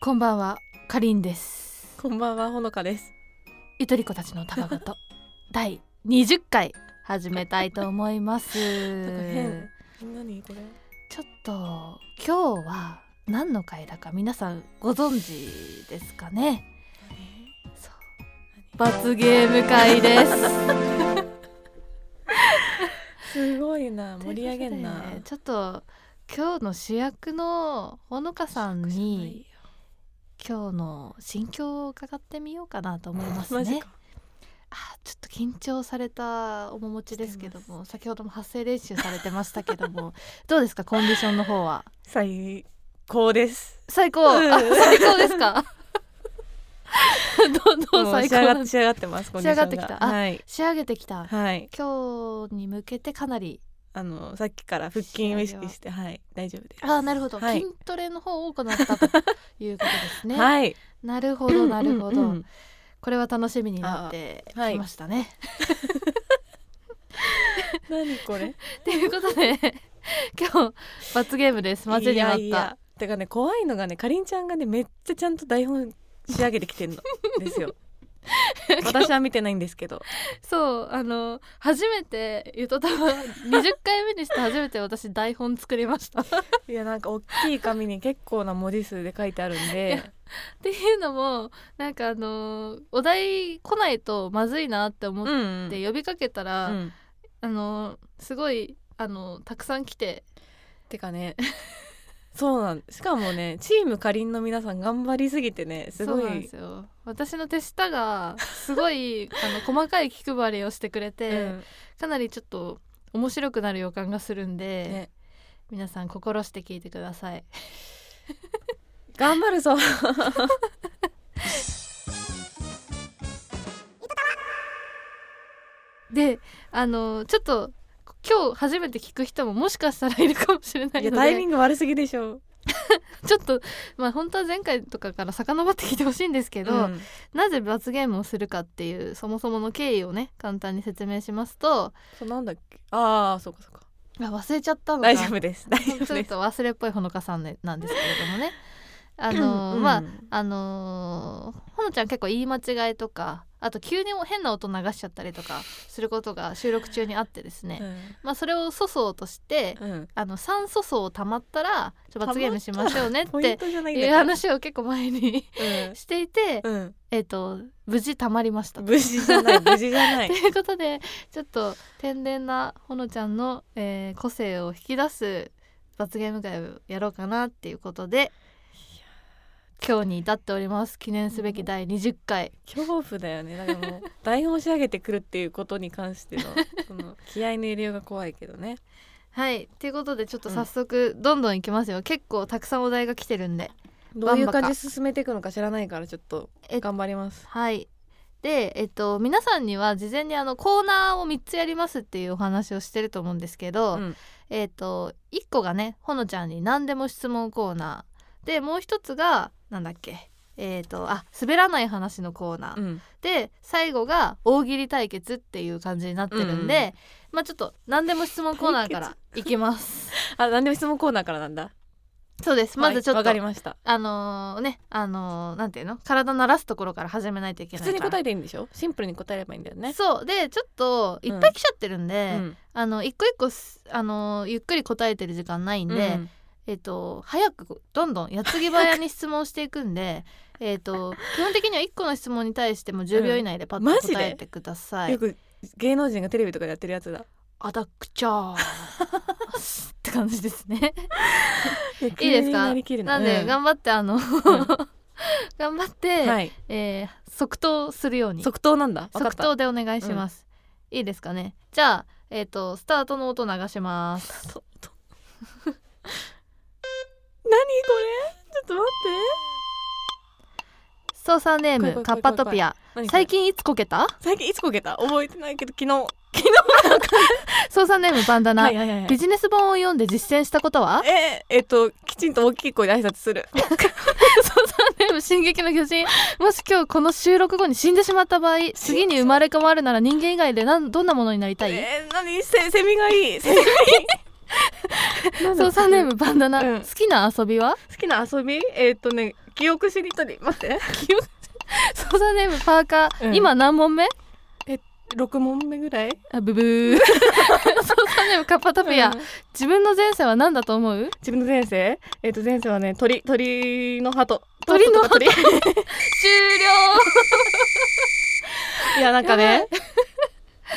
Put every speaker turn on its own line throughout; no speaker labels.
こんばんはかりんです
こんばんはほのかです
ゆとり子たちのたわごと 第20回始めたいと思います
なんか変何これ
ちょっと今日は何の回だか皆さんご存知ですかねそう罰ゲーム会です
すごいな盛り上げんな、
ということでちょっと今日の主役のほのかさんに今日の心境を伺ってみようかなと思います
マジ
ね
か
あちょっと緊張された面持ちですけども先ほども発声練習されてましたけども どうですかコンディションの方は
最高です
最高、あ
うん
最高ですか どんど
も
ん
う
最
仕
高
上
な
が仕上がってますコンディション
仕上がってきたあ
はい
仕上げてきた、
はい
今日に向けてかなり
あのさっきから腹筋を意識してはい大丈夫です
あなるほど、
はい
筋トレの方を行ったということですね、
はい
なるほどなるほど、
うんうんうん
これは楽しみになって
あはい
きましたね、
何これ
ということで 今日罰ゲームです待ちに待った
いやいやてかね怖いのがねかりんちゃんがねめっちゃちゃんと台本仕上げてき てんのですよ私は見てないんですけど
そうあの初めてゆとた ま20回目にして初めて私台本作りま したっ
いやなんか大きい紙に結構な文字数で書いてあるんで
ていうのもなんかあのお題来ないとまずいなって思
う
っ
ん
て呼びかけたら、
うん
あのすごいあのたくさん来て
てかね そうなんしかもねチームかりんの皆さん頑張りすぎてねすご
そうなんで
い
すよ私の手下がすごいあの細かい気配りをしてくれて、
うん
かなりちょっと面白くなる予感がするんで、
ね
皆さん心して聞いてください
頑張 るぞ
であのちょっと今日初めて聞く人ももしかしたらいるかもしれないい
や
の
タイミ
で
ング悪すぎでしょ
ちょっとまあ本当は前回とかから遡ってきてほしいんですけど、
うん
なぜ罰ゲームをするかっていうそもそもの経緯をね簡単に説明しますと
そうなんだっけああそうかそうか
あ忘れちゃったのか
大丈夫です大丈夫
ちょ
で
っ
す
と忘れっぽいほのかさんでなんですけれどもねあの、まあ
うん
あのーほのちゃん結構言い間違いとかあと急に変な音流しちゃったりとかすることが収録中にあってですね、まあ、それを粗相として、
うんうん
あの酸素層たまったらちょっと罰ゲームしましょうねっ
ポイ
て
ントじゃないんだ
いう話を結構前に していて、
うん、うん
えっ、と無事たまりました。と
無事じゃ ない無事じゃない
いうことでちょっと天然なほのちゃんの、えー個性を引き出す罰ゲーム会をやろうかなっていうことで今日に至っております記念すべき第20回
恐怖だよねだからもう台本仕上げてくるっていうことに関 してのその気合いの入れようが怖いけどね
はいということでちょっと早速どんどんいきますよ、結構たくさんお題が来てるんで
どうい
バ
う
ンバ
感
カ
じで進めていくのか知らないからちょっと
え
頑張ります
はいでえっと皆さんには事前にあのコーナーを3つやりますっていうお話をしてると思うんですけど、
うん
えっと1個がねほのちゃんに何でも質問コーナーでもう一つがなんだっけえっとあ滑らない話のコーナー、
うん
で最後が大喜利対決っていう感じになってるんで、まあちょっと何でも質問コーナーからいきます
あ何でも質問コーナーからなんだ
そうですまずちょ
は
っ
いわ
と、
かりました
あのーねあのーなんていうの体慣らすところから始めないといけ
普
ないから
通に答えていいんでしょシンプルに答えればいいんだよね
そうでちょっといっぱい来ちゃってるんで、
うん
あの一個一個すあのゆっくり答えてる時間ないんで、
うん
えっと早くどんどん矢継ぎ早に質問していくん でえっと基本的には一個の質問に対しても10秒以内でパッ
マ
と
ジで
答えてください。
よく芸能人がテレビとかでやってるやつだ
アダクチャー って感じです ね。
いい
いいですか
なりきる
なんで、
う
頑張ってあの、 頑張って、
はい
えー即答するように
即答なんだわかっ
即
た
答でお願いします、いいですかねじゃあえっ、とスタートの音流し ます
とと何これちょっと待
操作ネー
来
ム
い来い来い来い
カッパトピア
って何これ
最近いつこけ た
最近いつこけた覚えてないけど昨日
操作ネームバンダナ、
はいはいは
ビジネス本を読んで実践したことは
えーえっときちんと大きい声で挨拶する
操作ネーム進撃の巨人もし今日この収録後に死んでしまった場合次に生まれ変わるなら人間以外でなんどんなものになりたい
えー、何セセミ がいいセミ
操作ネームバンダナ、
うん
好きな遊びは
好きな遊びえっとね記憶しりとり待って
ソーダネームパーカー、
うん
今何問目
6問目ぐらい
あブブ ーソーダネームカッパタピア、
うん
自分の前世は何だと思う
自分の前世えっ、と前世はね鳥鳥の鳩
鳥の鳩
鳥とか鳥
終
いやなんかね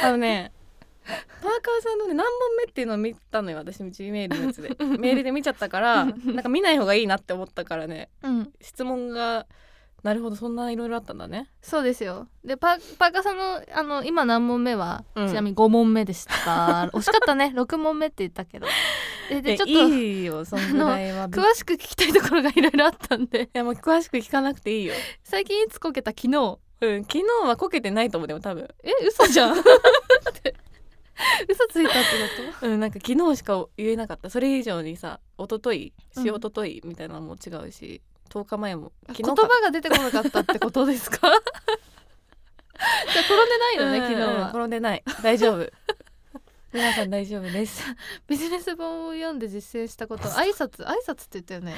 あのねパーカーさんのね何本目っていうのを見たのよ私 G メールの やつでメールで見ちゃったからなんか見ない方がいいなって思ったからね
了うん
質問がなるほどそんないろいろあったんだね
そうですよでパパーカーさんのあの今何問目は、
うん
ちなみに5問目でした 惜しかったね6問目って言ったけどでで
え
ちょっと
いいよそんぐらいは別に
詳しく聞きたいところがいろいろあったんで
いやもう詳しく聞かなくていいよ、
最近いつこけた昨日
うん、昨日はこけてないと思うでも多分
え嘘じゃんって嘘つい たってこ
うん、なんか昨日しか言えなかったそれ以上にさ一昨日
うん
し一昨日みたいなのも違うし、10日前も
と
昨
言
日
葉
か
が出てこなかったってことです かじゃあ転んでないのね昨日
うんうん
は
転んでない大丈 夫皆さん大丈夫です
ビジネス本を読んで実践したこと挨拶挨拶って言ったよね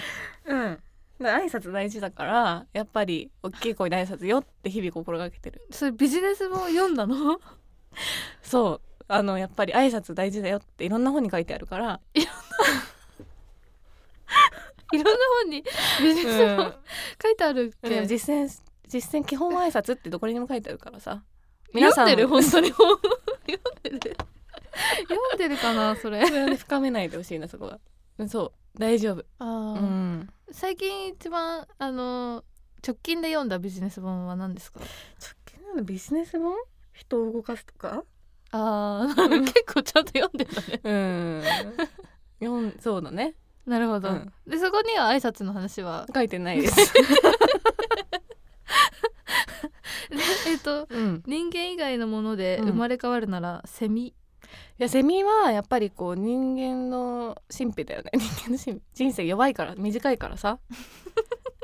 うん挨拶大事だからやっぱり大きい声で挨拶よって日々心がけてる
それビジネス本を読んだ の
そうあのやっぱり挨拶大事だよっていろんな本に書いてあるから、
いろんな本にビジネス本書いてあるっ
で
け、
も実践実践基本は挨拶ってどこにでも書いてあるからさ皆さ
読
ん
ん
も
でる本当に本読んでる読んでるかなそれ
それはね深めないでほしいなそこはうんそう大丈夫
あ
う
ー、
ん
最近一番あの直近で読んだビジネス本は何ですか
直近のビジネス本人を動かすとか
あ
う
ー
ん
結構ちゃんと読んでたね
うん 四そうだね
なるほど、
うん
でそこには挨拶の話は
書いてないです、
で えっ、と
うん、
人間以外のもので生まれ変わるなら、セミ
いやセミはやっぱりこう人間の神秘だよね 人間の神秘人生弱いから短いから さ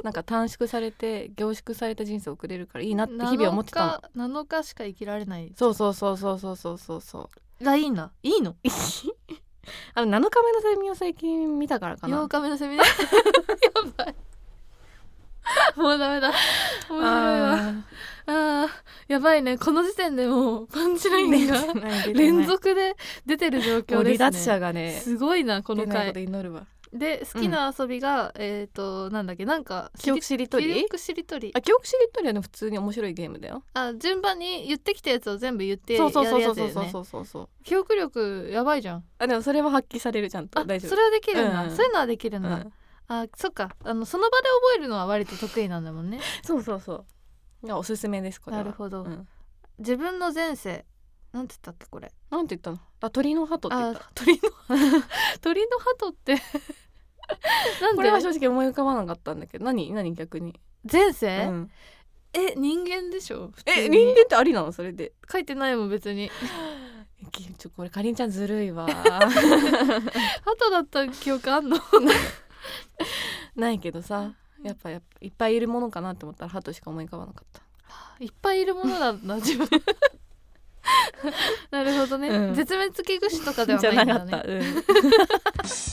なんか短縮されて凝縮された人生を送れるからいいなって日々思ってたの
7日7日しか生きられない
そうそうそうそうそうそうそう そう
がいいな。いいの
あの7日目のセミを最近見たからかな
?8 日目のセミね。 やばい。 もうダメだ。面白いわ。あ
あ
あー、やばいね。この時点でもうパンチライ
ー
ン
出
が
て ない出てない
連続で出てる状
も
況
う
で
離脱
すね。
者がね
すごいな、こ
出
の
ないこと
回。
祈るわ
で、好きな遊びが、えっ、と、なんだっけ、なんか、
記憶しりと
記
り
憶しりとり
あ記憶しりとりはね普通に面白いゲームだよ。
あ順番に言ってきたやつを全部言ってやる
そう
やつ
そう
だ
そう
よ、
そう
ね、
そうそうそうそう。
記憶力やばいじゃん
あでもそれは発揮されるちゃんと
あ
大丈夫。
それはできるんだ、
うん
そういうのはできるんだ、
うん
あそっかあのその場で覚えるのは割と得意なんだもんね
そうそうそう。いやおすすめですこれは。
なるほど
うん
自分の前世なんて言ったっけこれ
なんて言ったの？あ鳥の鳩って言っ
あ
た。
鳥の鳥の鳩って なん
これは
で
正直思い浮かばなかったんだけど何何逆に。
前
う
世、
ん
え人間でしょ普通
え
に
人間ってありなのそれで。
書いてないもん別に
えきちょこれかりんちゃんずるいわ。
鳩だった記憶あんの
ないけどさ。やっぱやっぱいっぱいいるものかなって思ったら鳩しか思い浮かばなかった。
いっぱいいるものなん だ自分なるほどね、
うん
絶滅危惧種とかではないんだ
じゃなかっ
ね
た。うん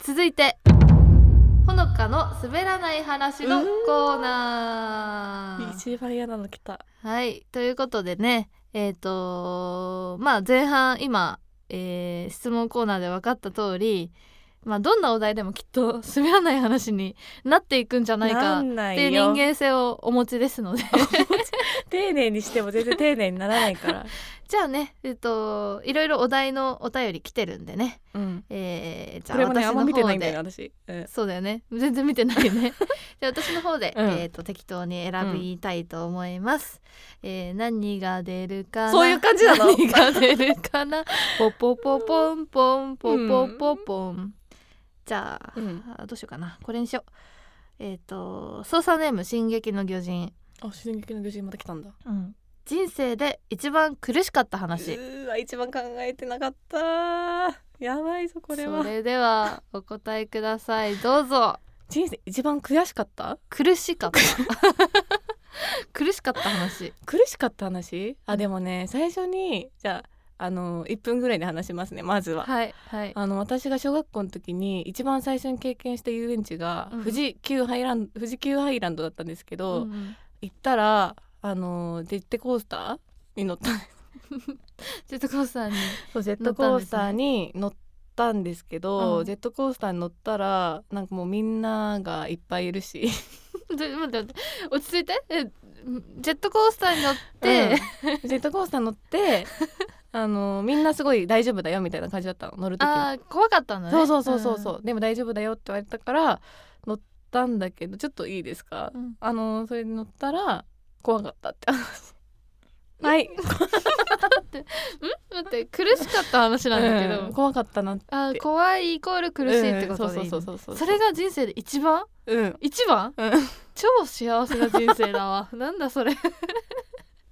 続いてほのかの滑らない話のコーナー
一番嫌なの来た。
はいということでねえっ、とまあ前半今、えー質問コーナーで分かった通りまあどんなお題でもきっと 滑らない話になっていくんじゃないかっ
んな
ていう
い
人
よ
間性をお持ちです ので
丁寧にしても全然丁寧にならないから。
じゃあねえっ、といろいろお題のお便り来てるんでね、
うん。
え ーじゃ
こ
あ
れもね
私
あ
の
んま見てな
方
いんだ
で
よ私。うん。
そうだよね全然見てないよ ねじゃあ私の方で、
うん
えっ、と適当に選びたいと思います、えー何が出るかな
そういう感じなの
何が出るか なポポポポンポンポポポポン、じゃあ、
うん
あどうしようかなこれにしようえっ、と操作ネーム「進撃の巨人
あ進撃の巨人また来たんだ。」
人生で一番苦しかった
う
話
ーわ一番考えてなかった。やばいぞこれは
そ。れではお答えくださいどうぞ
人生一番悔しかった？
苦しかった 苦しかった話
苦しかった話？あでもね最初にじゃああの1分ぐらいで話しますねまずは、
はいはい
あの私が小学校の時に一番最初に経験した遊園地が
うん
富士急ハイランド、富士急ハイランドだったんですけど、
うんうん
行ったらあのジェットコースターに乗った
ジェットコース ターに
そうジェットコースターに乗ったんですけど
うん
ジェットコースターに乗ったらなんかもうみんながいっぱいいるし
ちょ待って待って落ち着いてえジェットコースターに乗って、
うんジェットコースター乗 ってあのみんなすごい大丈夫だよみたいな感じだったの乗る時は
あー怖かったんだね
そうそうそうそうそう、でも大丈夫だよって言われたから乗ったんだけどちょっといいですか、
うん
あのそれに乗ったら怖かったって話はい、
うん、待って苦しかった話なんだけど、
うん怖かったなって
あー怖いイコール苦しいってことでいいの、
うんそうそうそうそう
それが人生で一番
うん
一番
うん
超幸せな人生だわなんだそれ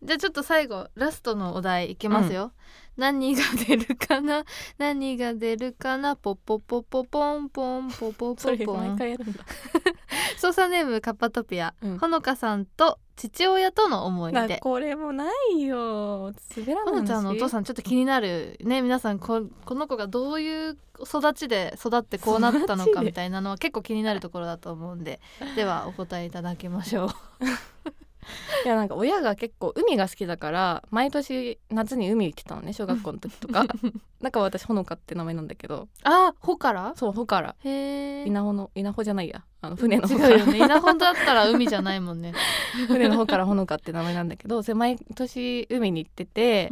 じゃあちょっと最後ラストのお題いきますよ、何が出るかな何が出るかなポポポポポンポンポポポ
それ
ポ
毎
ン
回やる んだ
操作ネームカッパトピア、
うん
ほのかさんと父親との思い
な
出
これもないよ滑らない
ほのちゃんのお父さんちょっと気になるね皆さんここの子がどういう育ちで育ってこうなったの
育ち
か
で
みたいなのは結構気になるところだと思うんでではお答えいただきましょう。
いやなんか親が結構海が好きだから毎年夏に海行ってたのね小学校の時とかなんか私ほのかって名前なんだけど
あほから
そうほから
へえ
稲穂の稲穂じゃないやあの船の
違
方
う
から
よね稲穂だったら海じゃないもんね
船の方からほのかって名前なんだけどそれ毎年海に行ってて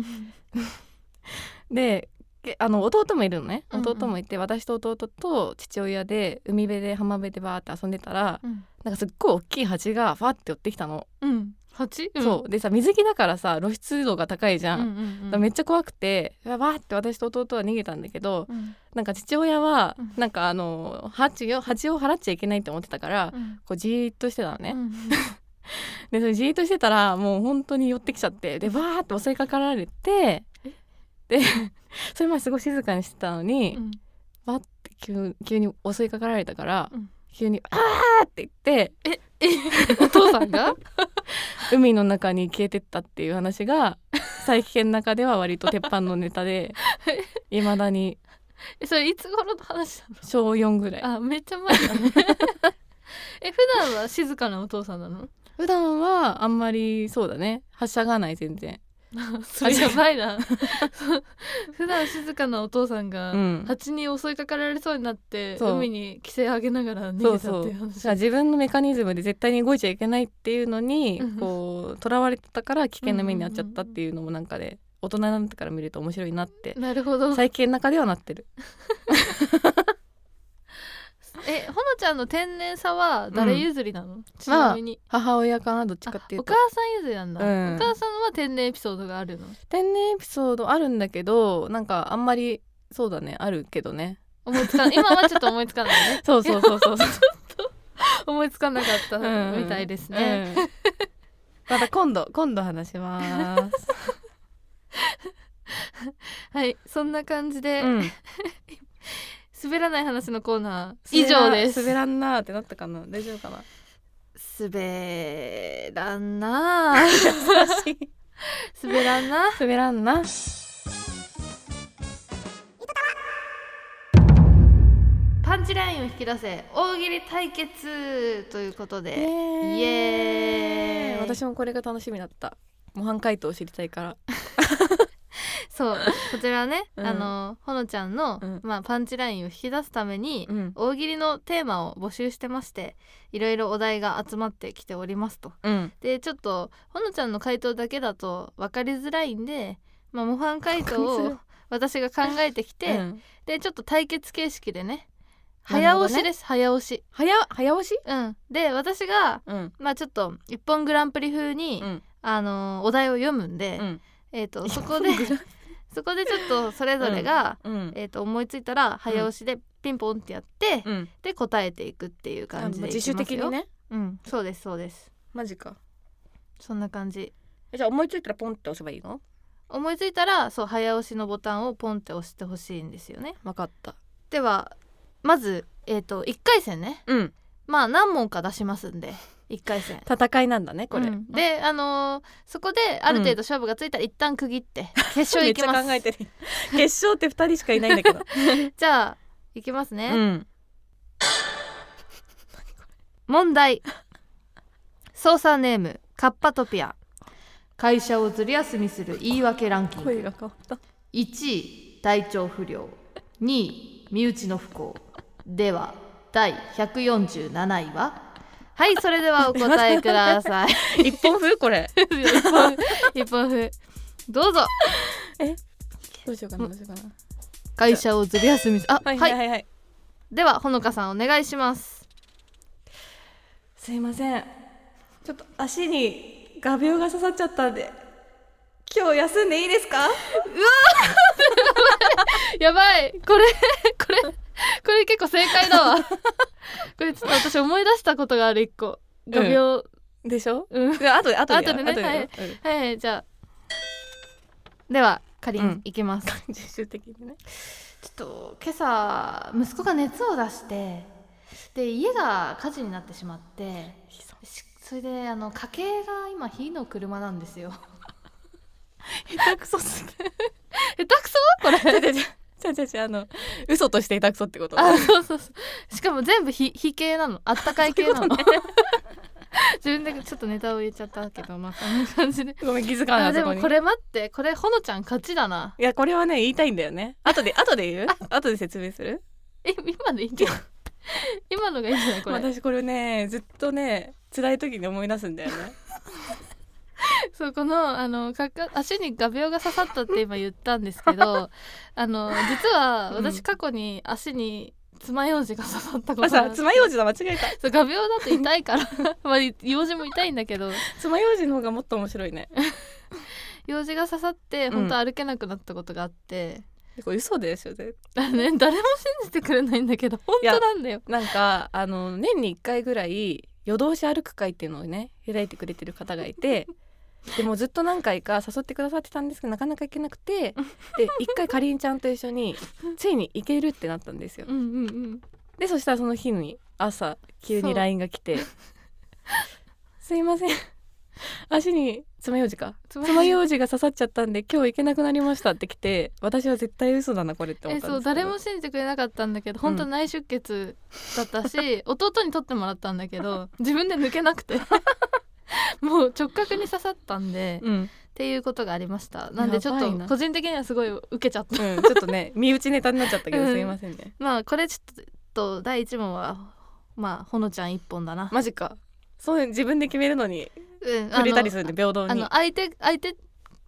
でけあの弟もいるのね
うんうん
弟もいて、私と弟と父親で海辺で浜辺でバーって遊んでたら
うん、
なんかすっごい大きい蜂がファって寄ってきたの、
うん、蜂、うん、
そうでさ水着だからさ露出度が高いじゃ
うん
ん、
うん
だ
う
から
ん
めっちゃ怖くてわーって私と弟は逃げたんだけど
うん
なんか父親は
うん
なんかあの蜂を蜂を払っちゃいけないって思ってたから
うん
こうじーっとしてたのね、
うん
でそれじーっとしてたらもう本当に寄ってきちゃってでわーって襲いかかられてで それまですごい静かにしてたのに、
うん
わーって急急に襲いかかられたから、
うん
急に「あー!」って言って
お父さんが
海の中に消えてったっていう 話が最近の中では割と鉄板のネタでいまだに
えそれいつ頃の話な
小4ぐらい
のあめっちゃ前だ ねえ普段は静かなお父さんな の
普段はあんまりそうだねはしゃがない全然
それやばいな 普段静かなお父さんが、
うん
蜂に襲いかかられそうになって
そう
海に規制上げながら逃げ
そう
た
そ
って
う
いう話
じゃあ自分のメカニズムで絶対に動いちゃいけないっていうのに
うん
こうとらわれてたから危険な目に遭っちゃったっていうのもなんかで大人になってから見ると面白いなって
なるほど
最近の中ではなってる
えほのちゃんの天然さは誰譲りなの、ちなみに、
母親かなどっちかってい
お
う
母
と
さん譲りなんだ、
うん
お母さんは天然エピソードがあるの
天然エピソードあるんだけどなんかあんまりそうだねあるけどね
思いつかん今はちょっと思いつかないね
そうそうそうそう
思いつかなかった
うん
みたいですね、、
うんまた今度今度話します、
はいそんな感じで、
うん
滑らない話のコーナー以上です
滑らんなーってなったかな大丈夫 かな
滑らん なあ滑らんな
滑らんな
パンチラインを引き出せ大喜利対決ということで、イエーイ
私もこれが楽しみだった模範解答を知りたいから
そうこちらはね、
うん
あのほのちゃんの、
うん
まあ、パンチラインを引き出すために、
ん
大喜利のテーマを募集してましていろいろお題が集まってきておりますと。
うん
でちょっとほのちゃんの回答だけだと分かりづらいんで、まあ、模範回答
わかりづ
を
ら
私が考えてきて、
うん
でちょっと対決形式でね
なる
早
ほどね
押しです、早押し。
早早押し
うん、で私が
うん
まあちょっと「一本グランプリ」風に、
うん
あのーお題を読むんで、えー、とそこでそこでちょっとそれぞれが、
うん
えー、と思いついたら早押しでピンポンってやって、
うん
で答えていくっていう感じでいき
自
ますよ
主的に、ね
うん、そうですそうです
マジか
そんな感じ
えじゃあ思いついたらポンって押せばいいの
思いついたらそう早押しのボタンをポンって押してほしいんですよね
わかった
ではまずえっ、と1回戦ね
うん
まあ何問か出しますんで1回戦
戦いなんだねこれ、
うんであのーそこである程度勝負がついたら一旦区切って決勝
め
行き
っちゃ
ます
考えてる決勝って2人しかいないんだけ ど、
じゃあ行きますね、
うん、
問題操作ネームカッパトピア会社をずり休みする言い訳ランキン
声
グ
が変わった
1位体調不良2位身内の不幸では第147位ははいそれではお答えください
一本風これ
一本一本風どうぞ
どうしようかなどうしようかな
会社をずり休みすあ
は
はいい、
はいはい、はい、
ではほのかさんお願いします
すいませんちょっと足に画鋲が刺さっちゃったんで今日休んでいいですか
やばいこれこれこれ結構正解だわこれちょっと私思い出したことがある一個画鋲、
でしょ
うん、
あとであとで
後でね
後で
はい
ようん
はいじゃあではかり
うん
んいきます、ちょ
自主的にね
っと今朝息子が熱を出してで家が火事になってしまってしそれであの家計が今火の車なんですよ
下手くそすぎ
下手くそこれ
るじゃじゃじゃじゃあの嘘として下手くそってこと
あそうそうそうしかも全部火火系なのあったかい系なの自分でちょっとネタを言っちゃったけどまあこんな感じで
ごめん気づかな
あ
い
で
そこ
も
に
これ待ってこれほのちゃん勝ちだない
やこれはね言いたいんだよね後で後で言う後で説明する
え今のいいんじゃない 今のがいいんじゃないこれ
私これねずっとね辛い時に思い出すんだよね
そうこのあのかか足に画鋲が刺さったって今言ったんですけ どあの実は
うん
私過去に足に爪楊枝が刺さったこと
あ
が
さ
あって
爪楊枝だ間違えた
そう画鋲だと痛いから まあ楊枝も痛いんだけど
爪楊枝の方がもっと面白いね
楊枝が刺さって
ん
本当歩けなくなったことがあって、
これ嘘でしょ絶対
あのね誰も信じてくれないんだけど本当なんだよ
なんかあの年に1回ぐらい夜通し歩く会っていうのをね開いてくれてる方が いてでもうずっと何回か誘ってくださってたんですけどなかなか行けな くてで一回かりんちゃんと一緒についに行けるってなったん ですよ
うんうんうん
でそしたらその日に朝急
そ
に
う
LINE が来 て「すいません足に爪楊 枝か
爪
爪楊枝が刺さっちゃったんで今日行けなくなりました」って来て私は絶対嘘だなこれって思
え
ったん
そ
で
う
すけど
誰も信じてくれなかったんだけど本当内出血だったし、弟に取ってもらったんだけど自分で抜けなくてもう直角に刺さったんで、っ
うん、
ていうことがありましたなんでちょっ
やばいな
と個人的にはすごい受けちゃった
うん、ちょっとね身内ネタになっちゃったけどすいませんね、
まあこれちょっと第一問はまあほのちゃん一本だな、
マジかそう自分で決めるのに
うん
触れたりするんで平等
あ
に
の相手相手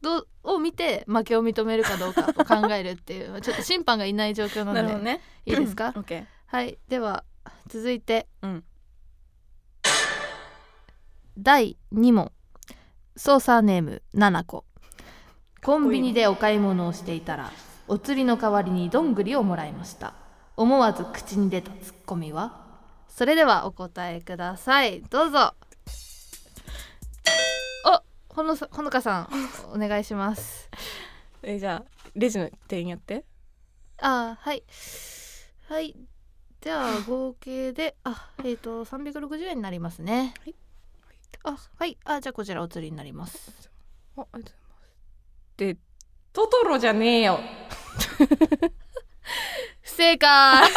どうを見て負けを認めるかどうかを考えるっていうちょっと審判がいない状況な
なるほ
の
ど
で、
ね
いいですか
オッケー
はいでは続いて、
うん
第2問操作ネーム7個コンビニでお買い物をしていたらお釣りの代わりにどんぐりをもらいました思わず口に出たツッコミはそれではお答えくださいどうぞおほのさほのかさんお願いします
えじゃあレジの店員やって
あーはいはいじゃあ合計であえっ、ー、と360円になりますね
はい
あはいあじゃあこちらお釣りになります
あありがとうございますでトトロじゃねえよ
不正解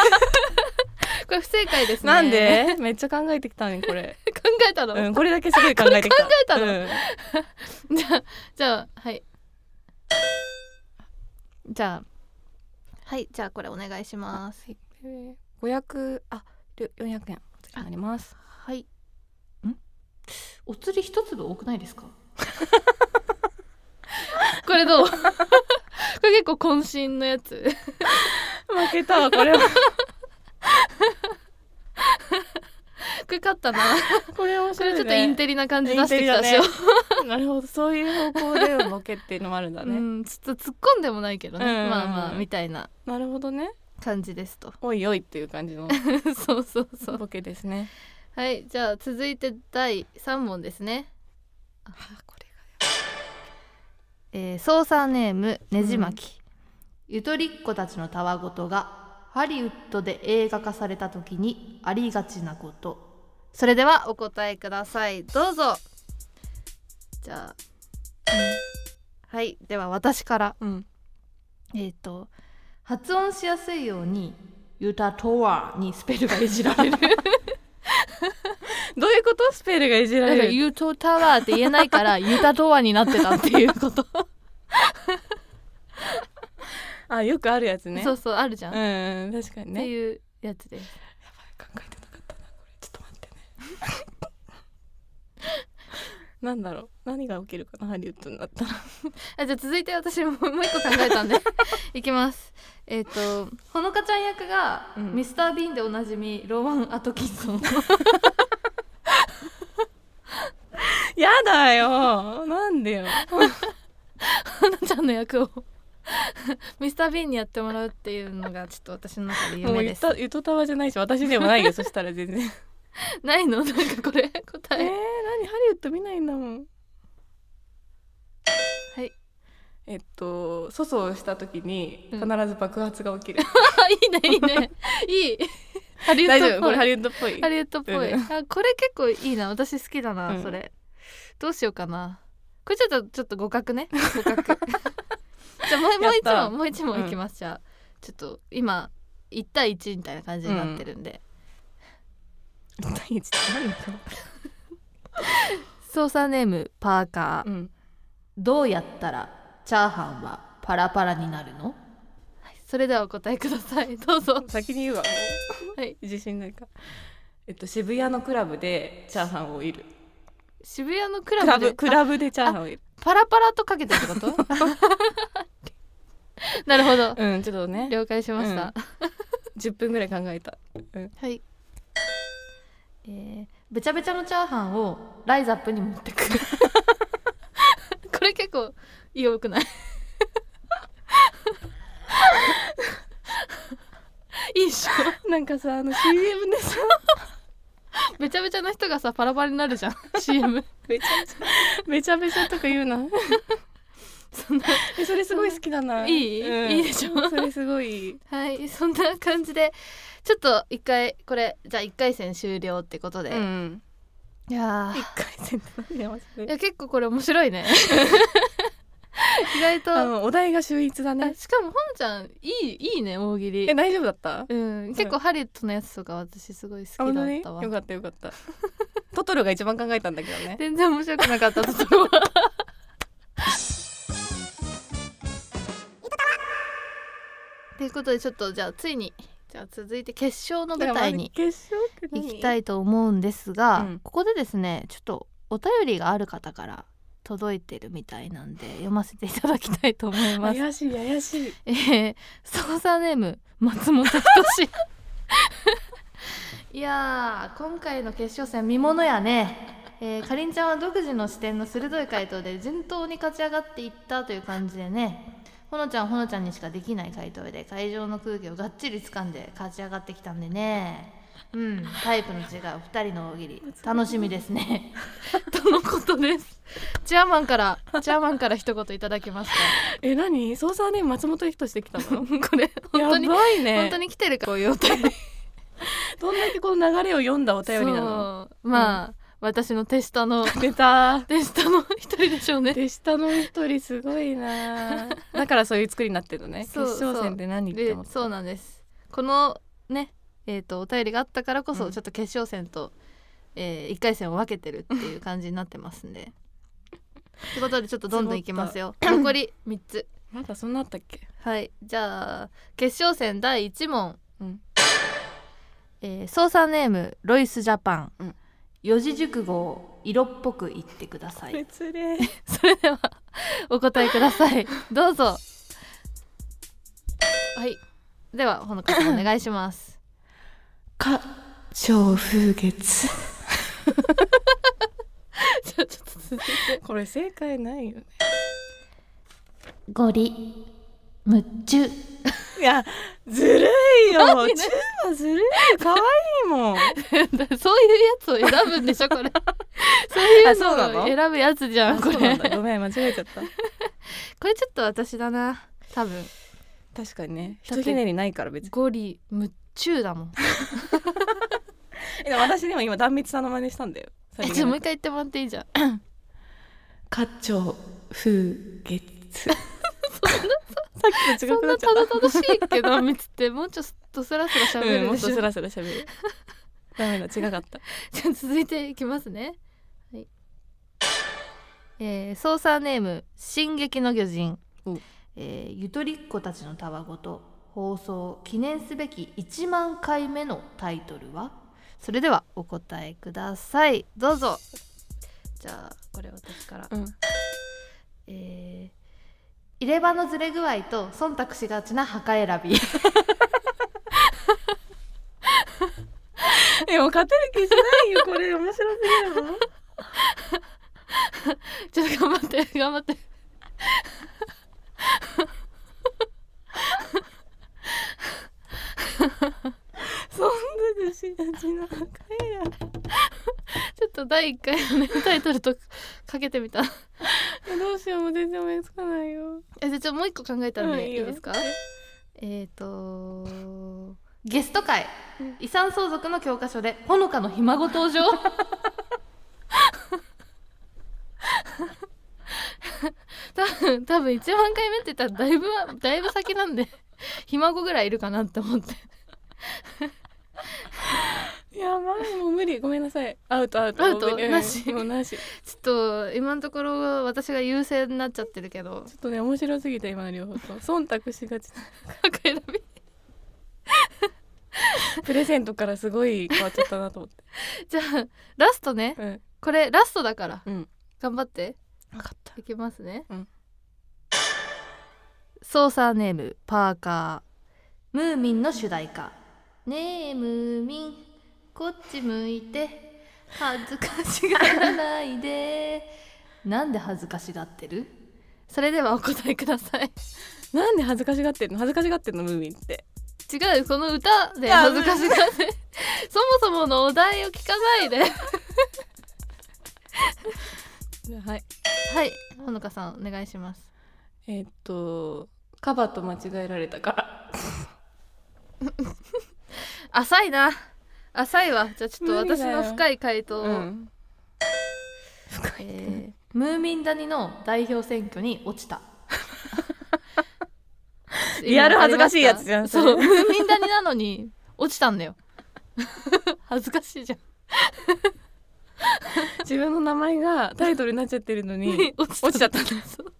これ不正解ですね
なんで めっちゃ考えてきたねこ れ、
考えたの、
うん、これだけすごい考えてきた考
えたの
うん
じゃあじゃあはいじゃあはいじゃあこれお願いします
えー、500ありょ400円になります
はいんお釣り一粒多くないですか これどうこれ結構渾身のやつ
負けたわこれ は
低かったな。
これ面
そ
白い
れちょ
ね
っとインテリな感じ出してきたし、
インテリだね なるほどそういう方向でのボケっていうのもあるんだ
う
ね、
ん、ちょっと突っ込んでもないけどね、
うんうんうん
まあまあみたいな
なるほどね
感じですと
おいおいっていう感 じの
そうそうそう
ボケですね
はいじゃあ続いて第三問ですね、
あこれ
えー、操作ネームねじ巻き、ゆとりっ子たちのたわごとがハリウッドで映画化された時にありがちなことそれではお答えくださいどうぞじゃあ、うんはいでは私から
うん
えっ、と発音しやすいように
ユタトワにスペルがいじら れるどういうことスペルがいじら
なんか
れる
ユートタワーって言えないからユタドアになってたっていうこと、
あよくあるやつね
そうそうあるじゃん、
う
っ
んうん確かに
て
ね
いうやつです
やばい考えてなかったなこれちょっと待ってねなんだろう何が起きるかなハリウッドになったら
あじゃあ続いて私も もう一個考えたんで いきますえっ、とほのかちゃん役が、
うん
ミスター・ビーンでおなじみロワン・アトキン ソン
やだよなんでよ
ほのちゃんの役を ミスター・ビーンにやってもらうっていうのがちょっと私の中で
もう
夢
ゆ
です
とゆとたわじゃないし私でもな いよそしたら全然
ないのなんかこれ
えー、
答
何
え、
ハリウッド見ないんだもん
はい
えっと粗相した時に
うん
必ず爆発が起きる、
あいいねいいねいいハリウ
大
ッ
丈
ドっ
夫
ぽ
こ
い
れハリウッドっぽい
ハリウッドっぽい、
うん
あこれ結構いいな私好きだな、
うん
それどうしようかなこれちょっとちょっと互角ね互 角じゃあもうもう
やっ
一
た
問もう一問いきます、じゃあちょっと今1対1みたいな感じになってるんで、
第一って何だろ
操作ネームパーカー、
ううん
どうやったらチャーハンはパラパラになるの、はい、それではお答えください どうぞ
先に言うわ
はい
自信ないからえっと渋谷のクラブでチャーハンをいる
渋谷のク
ク
ラ
ラ
ブで
ブクラブでチャーハンをいる
パラパラとかけてるってこと なるほど
うんちょっとね
了解しました、
うん10分ぐらい考えた
はい。えー、べちゃべちゃのチャーハンをライザップに持って くる。これ結構良くない いいっし
なんかさあの CM でさ
ょべちゃべちゃの人がさパラパラになる じゃん CM
めちゃめちゃめちゃめちゃとか言うな
そんな
えそれすごい好きだな。
いいいいでしょ
それすごい。
はいそんな感じでちょっと一回これじゃあ一回戦終了ってことで、
ん。
いやー
一回戦って何で合わせ
い
て。
や結構これ面白いね 意外と
あのお題が秀逸だ
あ
ね。
しかもほんちゃんいいいいね大喜利
え大丈夫だった？
うん、結構ハリウッドのやつとか私すごい好
あ
き
本
だっ
当に？よ
たわ、
かったよか った。トトロが一番考えたんだけどね。
全然面白くなかったところはということでちょっとじゃあついにじゃあ続いて決勝の舞台に
いやまず決勝
行きた
い。
いと思うんですが、
うん
ここでですねちょっとお便りがある方から届いてるみたいなんで読ませていただきたいと思います
怪しい怪しい。
えー、操作ネーム松本人志 いやー今回の決勝戦見ものやねえー、かりんちゃんは独自の視点の鋭い回答で順当に勝ち上がっていったという感じでねほのちゃんほのちゃんにしかできない回答で会場の空気をがっちり掴んで勝ち上がってきたんでねうんタイプの違う2人の大喜利楽しみですねとのことですチェアマンからチェアマンから一言いただきますか
え何？操作ね松本人志できた の？
これ本当に
やばいね。
本当に来てるかこういうお 便り
どんだけこの流れを読んだお便りなの？
そうまあ、私の手下の
出た。
手下の一人でしょうね
手下の一人すごいな。 だからそういう作りになってるのね。決
そう
勝戦で何って
で
思った。
そうなんですこのねえー、とお便りがあったからこそ、
うん
ちょっと決勝戦と、え1回戦を分けてるっていう感じになってますんでということでちょっとどんどんいき ますよ残り3つ
まだそんなあったっけ？
はいじゃあ決勝戦第1問
うん。
えー、操作ネームロイスジャパン、
うん
四字熟語を色っぽく言ってください
別れ。
それではお答えくださ いどうぞはいではほのかさんお願いします
か超風 月
ちょちょっと続いて
これ正解ないよね
ゴリ夢 中
いやずるいよ
何
チューはずるいよ可愛いもん
そういうやつを選ぶんでしょこ れそういう
あそうな
の
の
を選ぶやつじゃんこ
そうな
れ
んだごめん間違えちゃった
これちょっと私だな多分
確かにねひ
だって
とひねりないから別に
ゴリ夢中だもん
えでも私でも今壇蜜さんの真似したんだよ
えじゃあもう一回言ってもらっていいじゃん
花鳥風 月さっきと違
そ
く
ん
な
な
っちゃ
た
っ
だただしいけどみつってもうちょっとスラス
た
ラ喋
うん
る
も
で
っと
しょ、
スラスラ喋るダメだ違かった
じゃあ続いていきますね。はい。えー、操作ネーム進撃の巨人
お。
えー、ゆとりっ子たちのたわごと放送記念すべき1万回目のタイトルはそれではお答えくださいどうぞじゃあこれ私から、
うん
えー、入れ歯のずれ具合と忖度しがちな墓選び
えもう勝てる気しないよこれ面白すぎるの
ちょっと頑張って 頑張って
そんな女子たちの赤や
ちょっと第1回のねタイトルとかけてみた
えどうしようもう全然思いつかないよ
えじゃあちょっともう一個考えたん
うん
で
いい
いい
よ
ですか、えっ、とゲスト会
うん
遺産相続の教科書でほのかのひ孫登場 多分多分1万回目って言ったらだいぶだいぶ先なんでひ孫ぐらいいるかなって思って
やばいもう無理ごめんなさいアウトアウト
アウト
もう無理うん
なし
もうなしちょ
ちょっと今のところ私が優勢になっちゃってるけ ど
っとね面白すぎた今の両方と忖度しがち
各選び
なプレゼントからすごい変わっちゃったなと思って
じゃあラストね
うん
これラストだから
うん
頑張って
分かった
いきますね、
うん
操作ネームパーカームーミンの主題歌ねえムーミンこっち向いて恥ずかしがらないでなんで恥ずかしがってるそれではお答えください
なんで恥ずかしがってんの恥ずかしがってんのムーミンって
違うこの歌で恥ずかしがってそもそものお題を聞かないで
はい
はいほのかさんお願いします
えーっとカバと間違えられたから
浅いな浅いわじゃあちょっと
無理
私
だ
の
よ
深い回答を、
うん
えームーミン谷の代表選挙に落ちた
リアル恥ずかしいやつじゃん
そう
それ
ムーミン谷なのに落ちたんだよ 恥ずかしいじゃん
自分の名前がタイトルになっちゃってるの に
落
落ちちゃったんだ
そう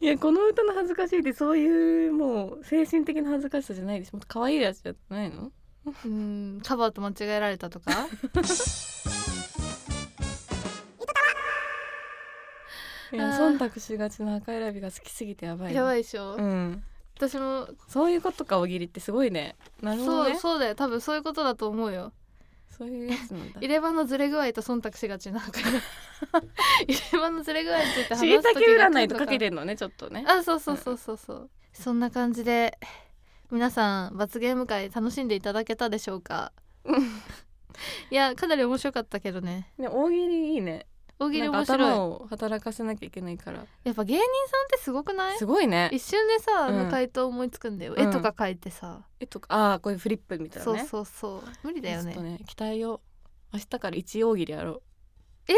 いやこの歌の恥ずかしいってそういうもう精神的な恥ずかしさじゃないでしょもっと可愛いやつじゃないの
うーんカバーと間違えられたとか
いや
あー
忖度しがちな赤選びが好きすぎてやばい
やば
い、
いでしょ、
うん、
私も
そういうことかおぎりってすごいねなるほど
そ
ね
う
そう
そうだよ多分そういうことだと思うよ
いうやつなんだ
入れ歯のずれ具合と忖度しがちな入 れ歯のずれ具合について話す
しいた
時
け
が来るの
占いとかけてんのねちょっとね
あそうそうそうそうそう、そんな感じで皆さん罰ゲーム会楽しんでいただけたでしょうか いやかなり面白かったけどね
ね大喜利いいね
大喜利
なん
面
か
白
頭
い
を働かせなきゃいけないから
やっぱ芸人さんってすごくない
すごいね
一瞬でさ、
うん
あの回答思いつくんだよ、
うん
絵とか描いてさ、
えっとああこういうフリップみたいな
そう
ね
そうそう無理だよ
ちょっと
ね
ね期待を明日から一大喜利やろう
え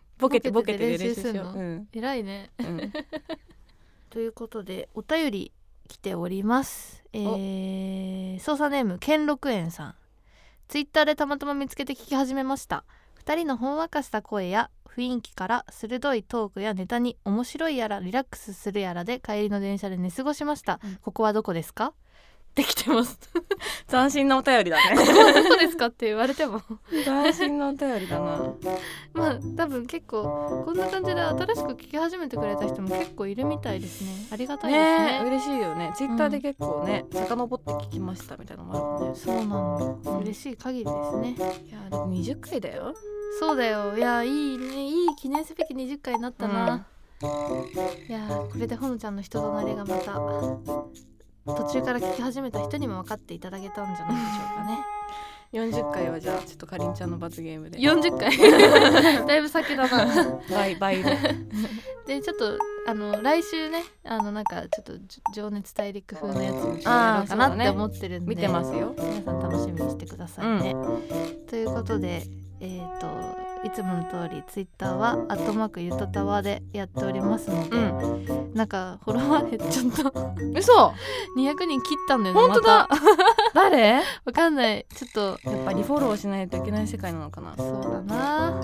ボケてボ
ボ
ケ
ケて
てで
で
練
練
習
習
し
すん
よう
の
うん
偉いね
うん
ということでお便り来ておりますえー、操作ネーム兼六園さんツイッターでたまたま見つけて聞き始めました2人のほんわかした声や雰囲気から鋭いトークやネタに面白いやらリラックスするやらで帰りの電車で寝過ごしました、
うん
ここはどこですかできてますこ
斬新なお便りだ ね
こはどこですかって言われても
斬新なお便りだな
まあ多分結構こんな感じで新しく聞き始めてくれた人も結構いるみたいですねありがたいですね
ね嬉しいよねツイッターで結構ね、遡って聞きましたみたいなのもあるもんね
そうなの、
うん
嬉しい限りですね
いやでも20回だよ
そうだよいやいいねいい記念すべき20回になったな、いやこれでほのちゃんの人となりがまた途中から聞き始めた人にも分かっていただけたんじゃないでしょうかね
40回はじゃあちょっとかりんちゃんの罰ゲームで
40回だいぶ先だな
倍倍で
でちょっとあの来週ねあのなんかちょっとじょ情熱大陸風のやつもや
あ
ろ
ー
うかな
そ
っ
うだね
て思ってるんで、
見てますよ
皆さん楽しみにしてくださいね。ということでえっ、といつもの通りツイッターは「アットマークゆとたわ」でやっておりますので、
うん
なんかフォロワー減っちゃった
嘘
200人切ったんだよね
本当だ、
また
誰や
わかんないちょっと
っぱりフォローしないといけない世界なのかな
そうだな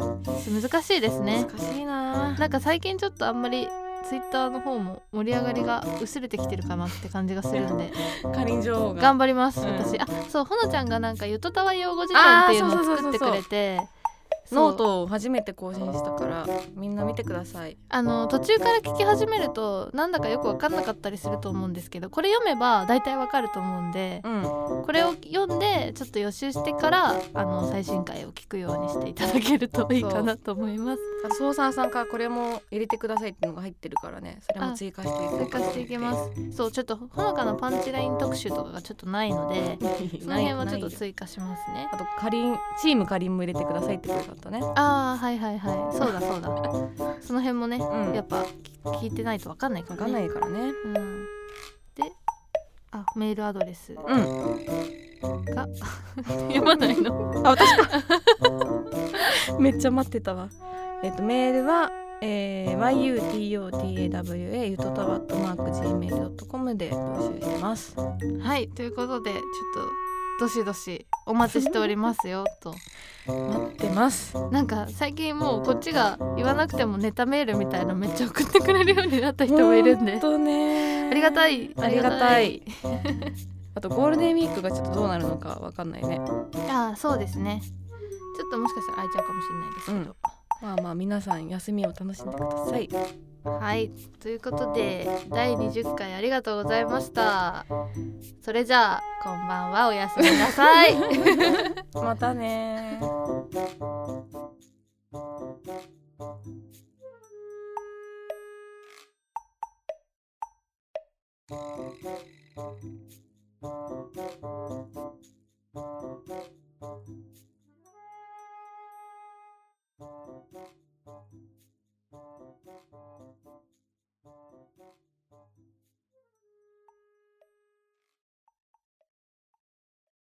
難しいですね
難しいな
なんか最近ちょっとあんまりツイッターの方も盛り上がりが薄れてきてるかなって感じがするんで
かりん女王が
頑張ります、
うん
私あそうほのちゃんがなんか「ゆとたわ用語辞典」っていうの
あー
を
そうそ
作っ
うそ
てく
うそう
れて
ノー
そう
トを初めて更新したからみんな見てください
あの途中から聞き始めるとなんだかよく分かんなかったりすると思うんですけどこれ読めば大体わかると思うんで
うん
これを読んでちょっと予習してからあの最新回を聞くようにしていただけるといいかなと思います。
あとソーサーさんからこれも入れてくださいっていうのが入ってるからねそれも追加していこう
追加していき ますそうちょっとほのかなパンチライン特集とかがちょっとないのでその辺はちょっと
加
追加しますね
あとかりんチームかりんも入れてくださいってことだったね
ああはいはいはいそうだそうだ その辺もね
うん
やっぱき聞いてないと分かんないか
分
ら、
かん
ね、
ないからね
うん、であメールアドレスが
うん
読まないの
あ私か めっちゃ待ってたわえっ、とメールはえー、yutotawa ゆとたわとマーク gmail.com で募集してます
はいということでちょっとどしどしお待ちしておりますよと
待ってます
なんか最近もうこっちが言わなくてもネタメールみたいなのめっちゃ送ってくれるようになった人もいるんで
ほとね
ありがたい
ありがたいあとゴールデンウィークがちょっとどうなるのかわかんないね
ああそうですねちょっともしかしたら空いちゃうかもしれないですけど、
まあまあ皆さん休みを楽しんでください
はいということで第20回ありがとうございましたそれじゃあこんばんはおやすみなさい
またね